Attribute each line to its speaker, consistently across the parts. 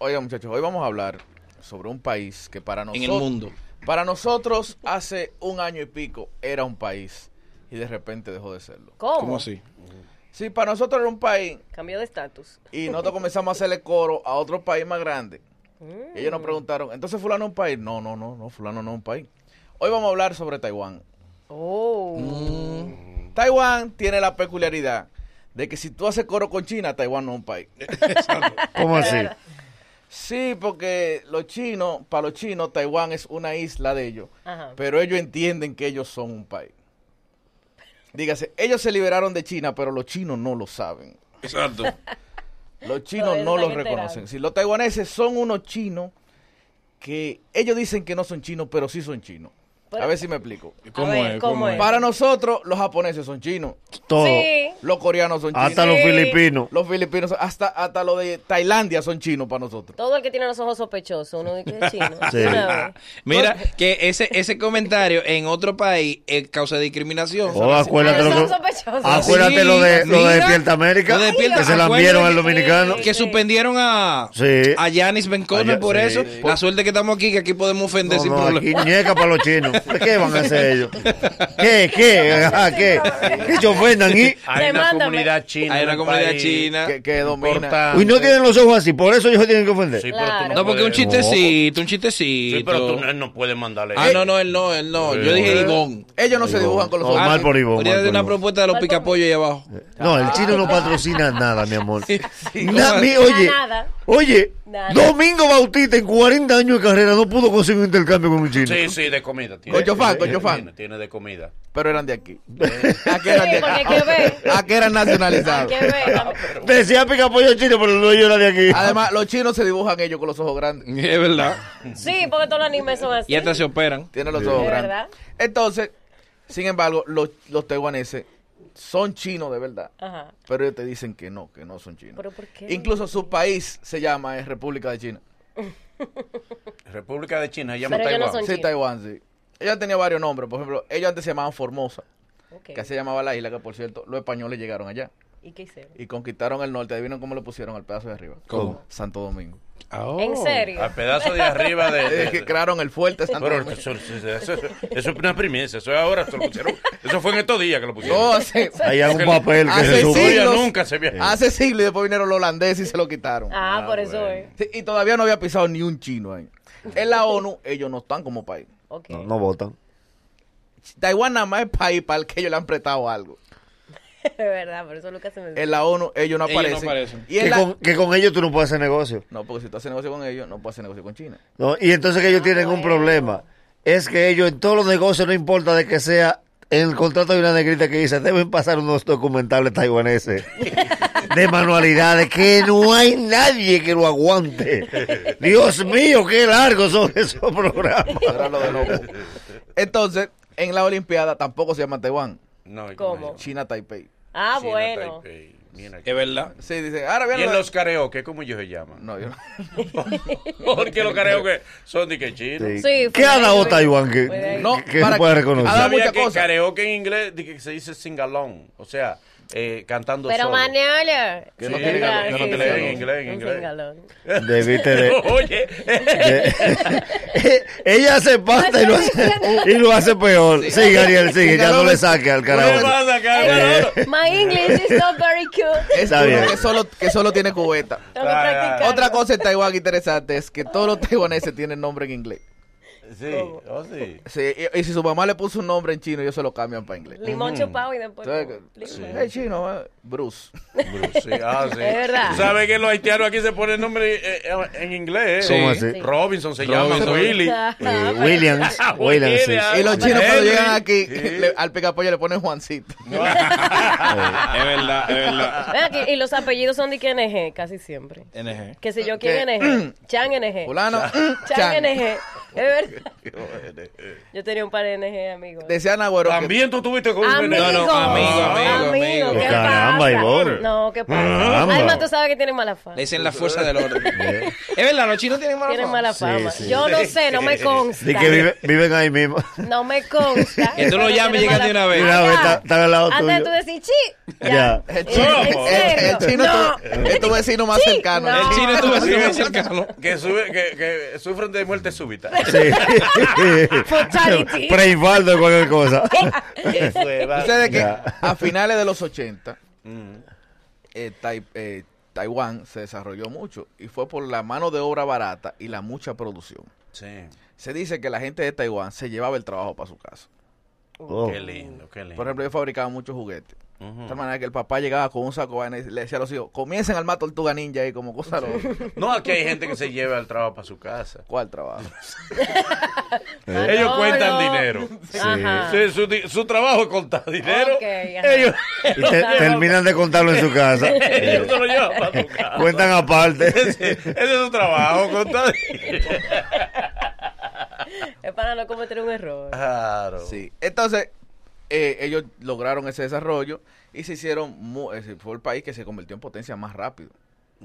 Speaker 1: Oiga, muchachos, hoy vamos a hablar sobre un país que para
Speaker 2: en
Speaker 1: nosotros.
Speaker 2: el mundo.
Speaker 1: Para nosotros, hace un año y pico, era un país. Y de repente dejó de serlo.
Speaker 3: ¿Cómo?
Speaker 4: ¿Cómo así?
Speaker 1: Sí, para nosotros era un país.
Speaker 3: Cambió de estatus.
Speaker 1: Y nosotros comenzamos a hacerle coro a otro país más grande.
Speaker 3: Mm.
Speaker 1: Ellos nos preguntaron, ¿entonces fulano es un país? No, no, no, no, fulano no es un país. Hoy vamos a hablar sobre Taiwán.
Speaker 3: Oh.
Speaker 1: Mm. Taiwán tiene la peculiaridad de que si tú haces coro con China, Taiwán no es un país.
Speaker 2: Eh.
Speaker 4: ¿Cómo así?
Speaker 1: Sí, porque los chinos, para los chinos, Taiwán es una isla de ellos.
Speaker 3: Ajá.
Speaker 1: Pero ellos entienden que ellos son un país. Dígase, ellos se liberaron de China, pero los chinos no lo saben.
Speaker 2: Exacto.
Speaker 1: Los chinos
Speaker 3: Todavía
Speaker 1: no
Speaker 3: están
Speaker 1: los
Speaker 3: enterados.
Speaker 1: reconocen. Si los taiwaneses son unos chinos que ellos dicen que no son chinos, pero sí son chinos. A
Speaker 3: Pero-
Speaker 1: ver si me explico.
Speaker 4: ¿Cómo
Speaker 3: A ver,
Speaker 4: es?
Speaker 3: ¿cómo
Speaker 4: ¿Cómo
Speaker 3: es?
Speaker 4: es?
Speaker 1: Para nosotros, los japoneses son chinos,
Speaker 4: Todo.
Speaker 3: Sí.
Speaker 1: los coreanos son chinos,
Speaker 4: Hasta los filipinos.
Speaker 1: los filipinos, son- hasta, hasta los de Tailandia son chinos para nosotros.
Speaker 3: Todo el que tiene los ojos sospechosos, uno dice que es chino.
Speaker 4: Sí.
Speaker 3: De una
Speaker 5: Ah,
Speaker 3: vez.
Speaker 2: Mira, que ese, ese comentario en otro país eh, causa discriminación. Ah,
Speaker 4: Oh, acuérdate
Speaker 3: Pero son
Speaker 4: lo que-
Speaker 3: sospechosos.
Speaker 4: acuérdate
Speaker 2: Sí,
Speaker 4: lo de, lo de
Speaker 2: mira.
Speaker 4: Despierta América.
Speaker 2: Lo de Despierta-
Speaker 4: que se la
Speaker 2: acuérdate
Speaker 4: enviaron al
Speaker 2: que-
Speaker 4: dominicano.
Speaker 2: Que
Speaker 3: Sí.
Speaker 2: suspendieron a
Speaker 4: Sí.
Speaker 2: a Yanis Bencomer
Speaker 4: Allá-
Speaker 2: por
Speaker 4: sí.
Speaker 2: eso. La suerte que estamos aquí, que aquí podemos ofender
Speaker 4: No,
Speaker 2: sin
Speaker 4: no, aquí
Speaker 2: problema.
Speaker 4: ñeca para los chinos. ¿Qué van a hacer ellos? ¿Qué? ¿Qué? Ajá, ¿Qué? ¿Qué se ofendan? y-
Speaker 5: Hay una
Speaker 3: Demándame.
Speaker 5: comunidad china.
Speaker 2: Hay
Speaker 5: en
Speaker 2: una
Speaker 5: el
Speaker 2: comunidad
Speaker 5: país
Speaker 4: Ah,
Speaker 2: china.
Speaker 1: Que, que domina.
Speaker 5: importante.
Speaker 4: Uy, no tienen los ojos así, por eso ellos se tienen que ofender.
Speaker 5: Sí,
Speaker 3: Claro.
Speaker 5: pero tú no,
Speaker 2: No, porque un
Speaker 5: puedes-
Speaker 2: chistecito, un
Speaker 5: Sí,
Speaker 2: chistecito.
Speaker 5: pero tú no, no puedes mandarle.
Speaker 2: Ah, no, no, él no, él no. Yo dije Igón.
Speaker 1: Ellos no se dibujan con los
Speaker 4: Oh,
Speaker 1: ojos.
Speaker 4: mal por Igón,
Speaker 2: Podría
Speaker 4: mal
Speaker 2: hacer
Speaker 4: por
Speaker 2: una
Speaker 4: Igón.
Speaker 2: propuesta de los picapollos ahí abajo.
Speaker 4: No, el chino no patrocina nada, mi amor. Na-
Speaker 2: Nada.
Speaker 4: mi- oye,
Speaker 3: Nada.
Speaker 4: oye,
Speaker 3: Nada.
Speaker 4: Domingo Bautista en 40 años de carrera no pudo conseguir un intercambio con un chino.
Speaker 5: Sí, sí, de comida. Tiene,
Speaker 1: Con chofán, con
Speaker 5: tiene-
Speaker 1: chofán.
Speaker 5: Tiene, tiene de comida.
Speaker 1: Pero eran de aquí. Aquí eran de
Speaker 3: Sí, porque hay
Speaker 1: acá.
Speaker 3: que ver.
Speaker 1: Aquí eran
Speaker 3: Hay
Speaker 1: nacionalizados.
Speaker 3: que ver.
Speaker 4: Decía pica pollo chino, pero no yo era de aquí.
Speaker 1: Además, los chinos se dibujan ellos con los ojos grandes.
Speaker 2: Es verdad.
Speaker 3: Sí, porque todos los animes son así.
Speaker 2: Y hasta se operan.
Speaker 1: Tienen los ojos
Speaker 3: ¿De
Speaker 1: grandes.
Speaker 3: verdad?
Speaker 1: Entonces, sin embargo, los, los taiwaneses son chinos de verdad.
Speaker 3: Ajá.
Speaker 1: Pero ellos te dicen que no, que no son chinos.
Speaker 3: ¿Pero por qué?
Speaker 1: Incluso su país se llama eh, República de China.
Speaker 5: República de China, llama
Speaker 3: Pero ellos no
Speaker 5: Taiwán.
Speaker 3: son
Speaker 1: Sí,
Speaker 3: chinos.
Speaker 1: Taiwán, sí. Ella tenía varios nombres. Por ejemplo, ellos antes se llamaban Formosa,
Speaker 3: Ok.
Speaker 1: que se llamaba la isla, que por cierto, los españoles llegaron allá
Speaker 3: ¿Y qué hicieron?
Speaker 1: y conquistaron el norte. Adivinen cómo le pusieron al pedazo de arriba.
Speaker 4: ¿Cómo?
Speaker 1: Santo Domingo. Oh.
Speaker 3: ¿En serio?
Speaker 1: Ah,
Speaker 5: Al pedazo de arriba de. de-
Speaker 1: Es que crearon el fuerte Santo
Speaker 5: pero
Speaker 1: Domingo.
Speaker 5: eso, eso- eso- eso es una primicia, eso es ahora, se lo pusieron- eso fue en estos días que lo pusieron.
Speaker 1: No, hace,
Speaker 4: Hay algún papel que
Speaker 1: hace
Speaker 4: se sube.
Speaker 5: sí.
Speaker 1: siglos.
Speaker 5: nunca se vio.
Speaker 1: Hace siglos y después vinieron los holandeses y se lo quitaron.
Speaker 3: Ah, por eso
Speaker 5: bueno.
Speaker 3: es.
Speaker 1: Sí, y todavía no había pisado ni un chino ahí. En la ONU, ellos no están como país.
Speaker 3: Ok.
Speaker 4: No, no votan.
Speaker 1: Taiwán nada más es país para el que ellos le han prestado algo.
Speaker 3: De verdad, por eso Lucas se me
Speaker 1: En la ONU, ellos no
Speaker 2: Ellos no
Speaker 1: aparecen.
Speaker 2: aparecen.
Speaker 1: Y en
Speaker 4: Que
Speaker 1: la-
Speaker 4: con, que con ellos tú no puedes hacer negocio.
Speaker 1: No, porque si tú haces negocio con ellos, no puedes hacer negocio con China.
Speaker 4: ¿no? Y entonces que ellos
Speaker 3: Ah,
Speaker 4: tienen un
Speaker 3: bueno.
Speaker 4: problema. Es que ellos en todos los negocios, no importa de que sea, en el contrato hay una negrita que dice, deben pasar unos documentales taiwaneses de manualidades, que no hay nadie que lo aguante. Dios mío, qué largos son esos programas.
Speaker 1: Era lo de loco. Entonces, en la Olimpiada tampoco se llama Taiwán.
Speaker 5: No, yo
Speaker 3: ¿Cómo?
Speaker 5: no-
Speaker 1: China Taipei.
Speaker 3: Ah,
Speaker 5: China,
Speaker 3: bueno.
Speaker 5: Taipei, mira.
Speaker 2: Es verdad.
Speaker 1: Sí, dice, ahora
Speaker 5: Y
Speaker 1: viene
Speaker 5: en
Speaker 1: la-
Speaker 5: los karaoke, ¿cómo ellos se llaman?
Speaker 1: No, yo no.
Speaker 5: Porque los karaoke son de que chinos.
Speaker 4: Sí.
Speaker 3: Sí,
Speaker 4: ¿Qué ha
Speaker 3: fue
Speaker 4: dado
Speaker 3: ahí.
Speaker 4: Taiwán que,
Speaker 3: Fue ahí.
Speaker 1: No,
Speaker 4: que- que
Speaker 1: para-
Speaker 4: se puede
Speaker 1: ha dado
Speaker 4: reconocer?
Speaker 5: Sabía
Speaker 1: muchas
Speaker 5: que
Speaker 1: cosas.
Speaker 5: karaoke en inglés di- que se dice singalong, o sea, eh, cantando
Speaker 3: Pero
Speaker 5: solo.
Speaker 3: Manuela.
Speaker 1: Que no
Speaker 3: Sí,
Speaker 1: tiene
Speaker 3: claro,
Speaker 1: galón, que Eh. no
Speaker 3: sí,
Speaker 1: tiene
Speaker 3: sí.
Speaker 1: galón. En
Speaker 5: inglés, en
Speaker 3: Un
Speaker 5: inglés.
Speaker 3: singalón.
Speaker 4: Debiste de...
Speaker 5: Eh, Oye,
Speaker 4: de- Eh, Ella se pasa y lo hace, y lo hace peor. Sigue, Ariel, sigue. Ya no le saque al
Speaker 5: ¿qué
Speaker 4: carajo.
Speaker 5: pasa, cabrón?
Speaker 3: My English is not very cute.
Speaker 1: Es
Speaker 4: Está
Speaker 1: uno
Speaker 4: bien.
Speaker 1: que solo, que solo tiene cubeta.
Speaker 3: Tengo que
Speaker 5: Ah,
Speaker 3: practicar.
Speaker 1: Otra cosa en Taiwán interesante es que todos los taiwaneses tienen nombre en inglés.
Speaker 5: Sí, oh, sí.
Speaker 1: Sí, y, y si su mamá le puso un nombre en chino, ellos se lo cambian para inglés.
Speaker 3: Limón chupado y después.
Speaker 1: Entonces,
Speaker 3: Limón.
Speaker 1: "Hey, chino, eh, Bruce.
Speaker 5: Bruce, sí, ah, sí.
Speaker 3: Es verdad.
Speaker 5: Tú sabes que los haitianos aquí se ponen nombre eh, eh, en inglés.
Speaker 2: ¿Cómo
Speaker 5: eh?
Speaker 4: así?
Speaker 3: Sí.
Speaker 5: Robinson se
Speaker 2: Robinson.
Speaker 5: llama Willy.
Speaker 3: Ah,
Speaker 4: Eh,
Speaker 3: pero-
Speaker 4: Williams,
Speaker 5: Ah,
Speaker 4: Williams, sí.
Speaker 5: Williams.
Speaker 1: Y los chinos cuando
Speaker 5: Henry.
Speaker 1: llegan aquí,
Speaker 5: Sí.
Speaker 1: le- al picapollo le ponen Juancito.
Speaker 2: Es verdad, es verdad.
Speaker 3: Ven aquí, y los apellidos son de que NG casi siempre.
Speaker 2: NG.
Speaker 3: Que sé yo quién NG. Chan NG.
Speaker 1: Fulano, mm,
Speaker 3: Chan,
Speaker 1: Chan.
Speaker 3: NG. Es verdad. Yo tenía un par de NG amigos.
Speaker 1: Decían Agüero que-
Speaker 5: También tú tuviste con Ah,
Speaker 3: Amigo,
Speaker 2: No, no, amigo,
Speaker 1: Ah.
Speaker 2: amigo, amigo.
Speaker 3: ¿qué
Speaker 4: Caramba,
Speaker 3: pasa?
Speaker 4: Ivonne.
Speaker 3: No, ¿qué pasa?
Speaker 4: Caramba.
Speaker 3: Además, tú sabes que tienen mala fama.
Speaker 2: Le dicen la fuerza del orden. Es verdad, los chinos tienen mala
Speaker 3: Tienen
Speaker 2: fama.
Speaker 3: mala fama.
Speaker 4: sí.
Speaker 3: Yo no sé, no me consta.
Speaker 4: Di que vive- viven ahí mismo.
Speaker 3: No me consta.
Speaker 2: Que tú lo
Speaker 3: pero
Speaker 2: llames y
Speaker 3: tienen
Speaker 2: llegas de una
Speaker 3: mala-
Speaker 2: vez.
Speaker 4: Mira,
Speaker 3: Allá.
Speaker 4: ve, está- está al lado
Speaker 3: Antes de tú
Speaker 4: tuyo.
Speaker 3: decir, chi,
Speaker 4: Ya.
Speaker 1: El chino,
Speaker 5: ¿En
Speaker 1: el- el
Speaker 3: serio?
Speaker 1: chino
Speaker 3: No.
Speaker 1: es, tu, es tu vecino más
Speaker 3: Sí,
Speaker 1: cercano.
Speaker 3: no.
Speaker 2: El chino es tu vecino más cercano.
Speaker 5: Que, sube- que, que sufren de muerte súbita.
Speaker 4: Sí.
Speaker 3: Fatality.
Speaker 4: Preinfarto cualquier cosa.
Speaker 1: Ustedes que
Speaker 4: Ya.
Speaker 1: a finales de los 80, eh, Tai- eh, Taiwán se desarrolló mucho y fue por la mano de obra barata y la mucha producción.
Speaker 5: Sí.
Speaker 1: Se dice que la gente de Taiwán se llevaba el trabajo para su casa.
Speaker 4: Oh.
Speaker 5: Qué lindo, qué lindo.
Speaker 1: Por ejemplo, yo fabricaba muchos juguetes. De tal
Speaker 5: Ujú.
Speaker 1: manera que el papá llegaba con un saco de vaina y le decía a los hijos, comiencen a armar tortuga ninja y como cosa loca.
Speaker 5: No, aquí hay gente que se lleva el trabajo para su casa.
Speaker 1: ¿Cuál trabajo?
Speaker 3: Ah,
Speaker 5: Ellos
Speaker 3: no,
Speaker 5: cuentan
Speaker 3: no.
Speaker 5: dinero.
Speaker 3: Ajá.
Speaker 5: Sí, su, di- su trabajo es contar dinero.
Speaker 3: Ok, ajá.
Speaker 5: Ellos,
Speaker 4: Y te- terminan de contarlo en su casa. Eh,
Speaker 5: ellos se lo llevan para su casa.
Speaker 4: Cuentan aparte.
Speaker 5: Ese, ese es su trabajo, contar dinero.
Speaker 3: Es para no cometer un error.
Speaker 5: Ah. Claro.
Speaker 1: Sí. Entonces, eh, ellos lograron ese desarrollo y se hicieron, mu- eh, fue el país que se convirtió en potencia más rápido.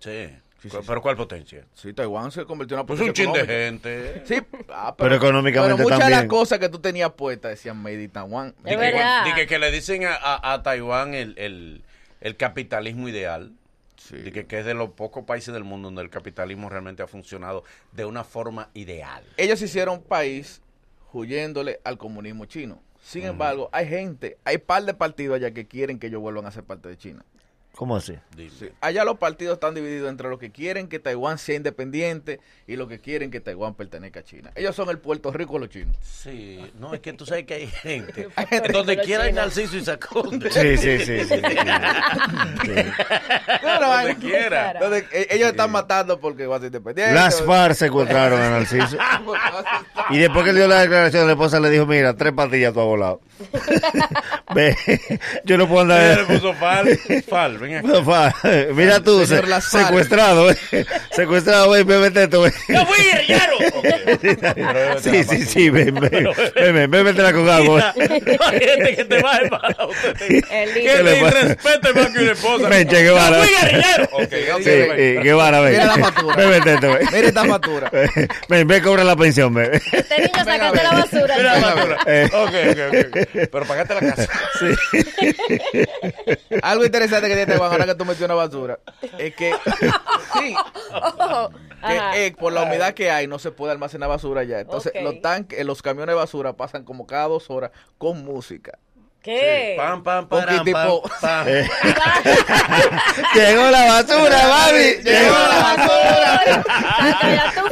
Speaker 5: Sí.
Speaker 1: Sí, sí,
Speaker 5: Cu-
Speaker 1: sí.
Speaker 5: Pero ¿cuál potencia?
Speaker 1: Sí, Taiwán se convirtió en una
Speaker 5: Pues
Speaker 1: potencia
Speaker 5: un chin de
Speaker 1: económica.
Speaker 5: gente.
Speaker 1: Sí, ah,
Speaker 4: Pero económicamente
Speaker 1: pero muchas de las
Speaker 4: también.
Speaker 1: cosas que tú tenías puestas decían Made in Taiwan.
Speaker 3: Es
Speaker 5: Dije
Speaker 1: Dije,
Speaker 3: verdad.
Speaker 5: que, le dicen a, a- a Taiwán el, el- el capitalismo ideal.
Speaker 1: sí.
Speaker 5: Dije que, es de los pocos países del mundo donde el capitalismo realmente ha funcionado de una forma ideal.
Speaker 1: Ellos se hicieron país huyéndole al comunismo chino. Sin embargo, hay gente, hay par de partidos allá que quieren que ellos vuelvan a ser parte de China.
Speaker 4: ¿Cómo así?
Speaker 5: Dime.
Speaker 1: Sí. Allá los partidos están divididos entre los que quieren que Taiwán sea independiente y los que quieren que Taiwán pertenezca a China. Ellos son el Puerto Rico de los chinos.
Speaker 5: Sí, no, es que tú sabes que hay gente.
Speaker 3: Hay gente-
Speaker 5: donde
Speaker 3: Pero
Speaker 5: quiera hay
Speaker 3: China.
Speaker 5: Narciso y Saconde.
Speaker 4: Sí, sí, sí. sí.
Speaker 5: Donde quiera.
Speaker 1: Entonces, eh, ellos están matando porque va a ser independiente.
Speaker 4: Las FARC secuestraron a Narciso. Y después que él dio la declaración, la esposa le dijo, mira, tres patillas tú has volado. Ve, yo no puedo
Speaker 5: Ella le
Speaker 4: andar...
Speaker 5: puso fal, fal, ven acá.
Speaker 4: No, fa- Mira tú,
Speaker 1: Señor
Speaker 4: se-
Speaker 1: Las FARC.
Speaker 4: secuestrado, eh. secuestrado, ven, bébete tú. eh.
Speaker 5: ¡Yo fui guerrillero!
Speaker 4: Sí, sí, sí, ven, ven, ven, ven, bébetela con agua.
Speaker 5: No hay gente que te baje para usted.
Speaker 3: El
Speaker 5: Que
Speaker 3: líder.
Speaker 4: le
Speaker 5: te
Speaker 4: pasa?
Speaker 5: irrespete más que una esposa.
Speaker 4: Ven, Che
Speaker 5: ¡Yo
Speaker 4: Guevara.
Speaker 5: fui guerrillero! Ok, ok.
Speaker 4: Sí, eh, Guevara, ven.
Speaker 1: Mira la factura.
Speaker 4: Bébete tú. eh.
Speaker 1: Mira esta factura.
Speaker 4: Ven, ven, cobra la pensión, ven.
Speaker 3: Este niño
Speaker 1: Venga,
Speaker 3: sacando la
Speaker 1: venga.
Speaker 3: basura.
Speaker 5: Mira,
Speaker 1: Venga,
Speaker 5: Matura.
Speaker 4: Eh.
Speaker 5: Ok, ok, ok. Pero pagaste la casa.
Speaker 1: Algo interesante que tiene Taiwán, ahora que tú mencionas basura, es que, sí, que,
Speaker 3: Ajá.
Speaker 1: eh, por la humedad que hay no se puede almacenar basura ya. Entonces,
Speaker 3: Ok.
Speaker 1: los tanques, eh, los camiones de basura pasan como cada dos horas con música.
Speaker 3: ¿Qué?
Speaker 5: Pam, pam,
Speaker 1: Porque
Speaker 5: param,
Speaker 1: tipo-
Speaker 5: pam, pam.
Speaker 4: Eh. Llegó la basura, mami.
Speaker 1: Llegó la
Speaker 3: basura! ¡Ya tú,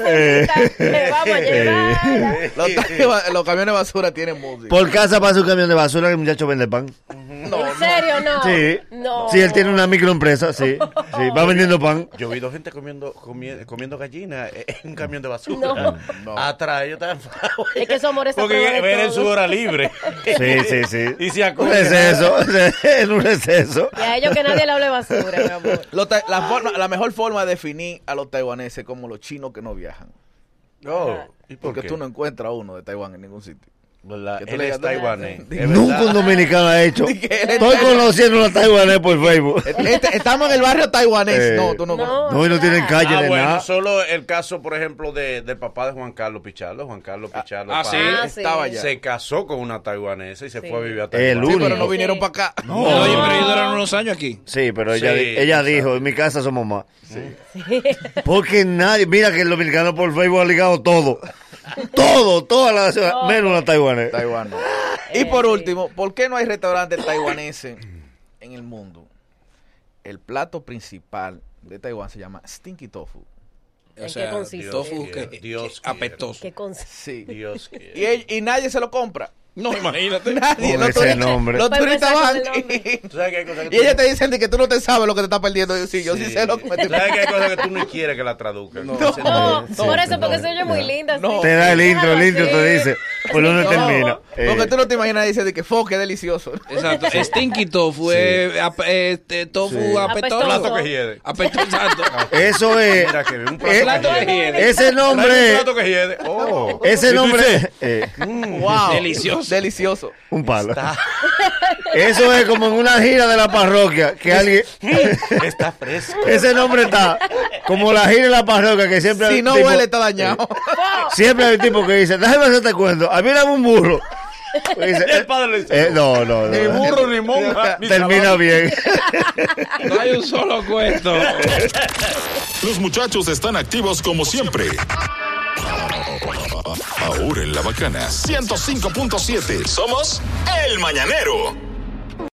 Speaker 3: Te vamos a llevar!
Speaker 1: Los, tanques ba- los camiones de basura tienen música.
Speaker 4: Por casa pasa un camión de basura y el muchacho vende pan.
Speaker 1: No,
Speaker 3: ¿En serio? No.
Speaker 4: Sí.
Speaker 3: No.
Speaker 4: Sí, él tiene una microempresa, sí. Sí, va vendiendo pan.
Speaker 5: Yo he oído gente comiendo, comi- comiendo gallina en un camión de
Speaker 3: No.
Speaker 5: basura.
Speaker 1: No.
Speaker 5: Atrás, yo estaba enfadado.
Speaker 3: Es que somos esa
Speaker 5: Porque
Speaker 3: prueba de
Speaker 5: era en
Speaker 3: todo.
Speaker 5: su hora libre.
Speaker 4: Sí, sí, sí.
Speaker 5: Y se
Speaker 4: Un
Speaker 5: acuerda.
Speaker 4: receso, en un receso.
Speaker 3: Y a ellos que nadie le hable basura, mi amor.
Speaker 1: los ta- la, forma- la mejor forma de definir a los taiwaneses como los chinos que no viajan.
Speaker 5: No. ¿Y por
Speaker 1: Porque
Speaker 5: qué?
Speaker 1: tú no encuentras uno de Taiwán en ningún sitio.
Speaker 5: ¿Verdad?
Speaker 1: que tú
Speaker 5: Él
Speaker 1: le
Speaker 5: es
Speaker 1: digas,
Speaker 5: taiwanés.
Speaker 1: "No,
Speaker 5: es
Speaker 4: Nunca
Speaker 5: verdad.
Speaker 4: un dominicano ha hecho.
Speaker 1: Ni que él
Speaker 4: Estoy
Speaker 1: es-
Speaker 4: conociendo una taiwanés por Facebook.
Speaker 1: Este- estamos en el barrio taiwanés.
Speaker 4: Eh,
Speaker 1: no, tú no.
Speaker 3: No.
Speaker 4: No, y no tienen calle
Speaker 5: Ah,
Speaker 4: de
Speaker 5: bueno,
Speaker 4: nada.
Speaker 5: solo el caso, por ejemplo, de, del papá de Juan Carlos Pichardo. Juan Carlos Pichardo
Speaker 2: ah,
Speaker 5: pa-
Speaker 2: sí.
Speaker 3: Ah, sí.
Speaker 1: estaba allá.
Speaker 5: se casó con una taiwanesa y se
Speaker 3: Sí.
Speaker 5: fue a vivir a
Speaker 4: El
Speaker 5: Taiwán.
Speaker 1: Sí,
Speaker 4: único.
Speaker 1: pero no vinieron
Speaker 3: Sí.
Speaker 1: para acá.
Speaker 2: No, oye, pero ellos duraron unos años aquí.
Speaker 4: Sí, pero ella,
Speaker 5: Sí,
Speaker 4: di- ella
Speaker 5: exacto.
Speaker 4: dijo, en mi casa somos más. Porque nadie, mira que el dominicano por Facebook ha ligado todo. Todo, toda la ciudad,
Speaker 5: Oh.
Speaker 4: menos la taiwanés.
Speaker 1: Taiwán. no.
Speaker 3: Eh,
Speaker 1: Y por
Speaker 3: sí.
Speaker 1: último, ¿por qué no hay restaurantes taiwaneses en el mundo? El plato principal de Taiwán se llama stinky tofu.
Speaker 3: ¿En qué consiste?
Speaker 2: tofu
Speaker 5: quiera,
Speaker 2: que-
Speaker 5: Dios
Speaker 2: que- apestoso.
Speaker 3: ¿Qué consejo?
Speaker 1: Sí.
Speaker 5: Dios
Speaker 1: Y,
Speaker 5: quiera.
Speaker 1: él- y nadie se lo compra.
Speaker 2: No, imagínate.
Speaker 1: Nadie.
Speaker 4: Con
Speaker 1: Los
Speaker 4: ese
Speaker 1: turistas,
Speaker 4: nombre.
Speaker 1: los
Speaker 3: Para
Speaker 1: turistas van
Speaker 3: empezar con el
Speaker 1: y,
Speaker 5: ¿Tú sabes que hay cosas que
Speaker 1: y
Speaker 5: tú
Speaker 1: ellos
Speaker 5: no-
Speaker 1: te dicen de que tú no te sabes lo que te estás perdiendo. Y yo sí, yo sí, sé lo que me estoy
Speaker 5: ¿Sabes que hay cosas que tú no quieres que la traduzcan?
Speaker 1: No.
Speaker 5: Sí.
Speaker 3: No,
Speaker 4: Sí,
Speaker 3: por eso,
Speaker 4: no,
Speaker 3: porque soy yo muy linda.
Speaker 1: No.
Speaker 4: Te da el intro, el intro te dice, por dónde
Speaker 3: no.
Speaker 4: termina. Eh,
Speaker 1: Porque tú no te imaginas, dice de que fo, qué delicioso.
Speaker 2: Exacto. Stinky tofu, eh, ap- este, tofu
Speaker 4: Sí.
Speaker 2: apestoso.
Speaker 3: Plato
Speaker 5: que hiede.
Speaker 2: Apestoso, exacto.
Speaker 4: Eso es,
Speaker 5: Mira que un
Speaker 4: Eh,
Speaker 5: plato que hiede.
Speaker 4: ese
Speaker 5: Hay un
Speaker 4: nombre,
Speaker 5: plato que hiede. Oh.
Speaker 4: ese
Speaker 5: Y tú dices,
Speaker 4: nombre, eh,
Speaker 1: Wow.
Speaker 2: Delicioso.
Speaker 1: Mm. Delicioso.
Speaker 4: un palo. Eso es como en una gira de la parroquia, que alguien,
Speaker 5: Está fresco.
Speaker 4: ese nombre está, como la gira de la parroquia, que siempre... hay
Speaker 1: Si
Speaker 4: un
Speaker 1: no eh,
Speaker 4: tipo-
Speaker 1: huele, está dañado.
Speaker 4: Siempre hay un tipo que dice, déjame hacerte cuento, a mí era un burro. Dice,
Speaker 5: El padre le dice,
Speaker 4: eh, no, no, no.
Speaker 5: Ni burro, ni monja, ni
Speaker 4: Termina
Speaker 5: salami.
Speaker 4: bien.
Speaker 2: No hay un solo cuento.
Speaker 6: Los muchachos están activos como siempre. Ahora en la bacana 105.7 somos El Mañanero.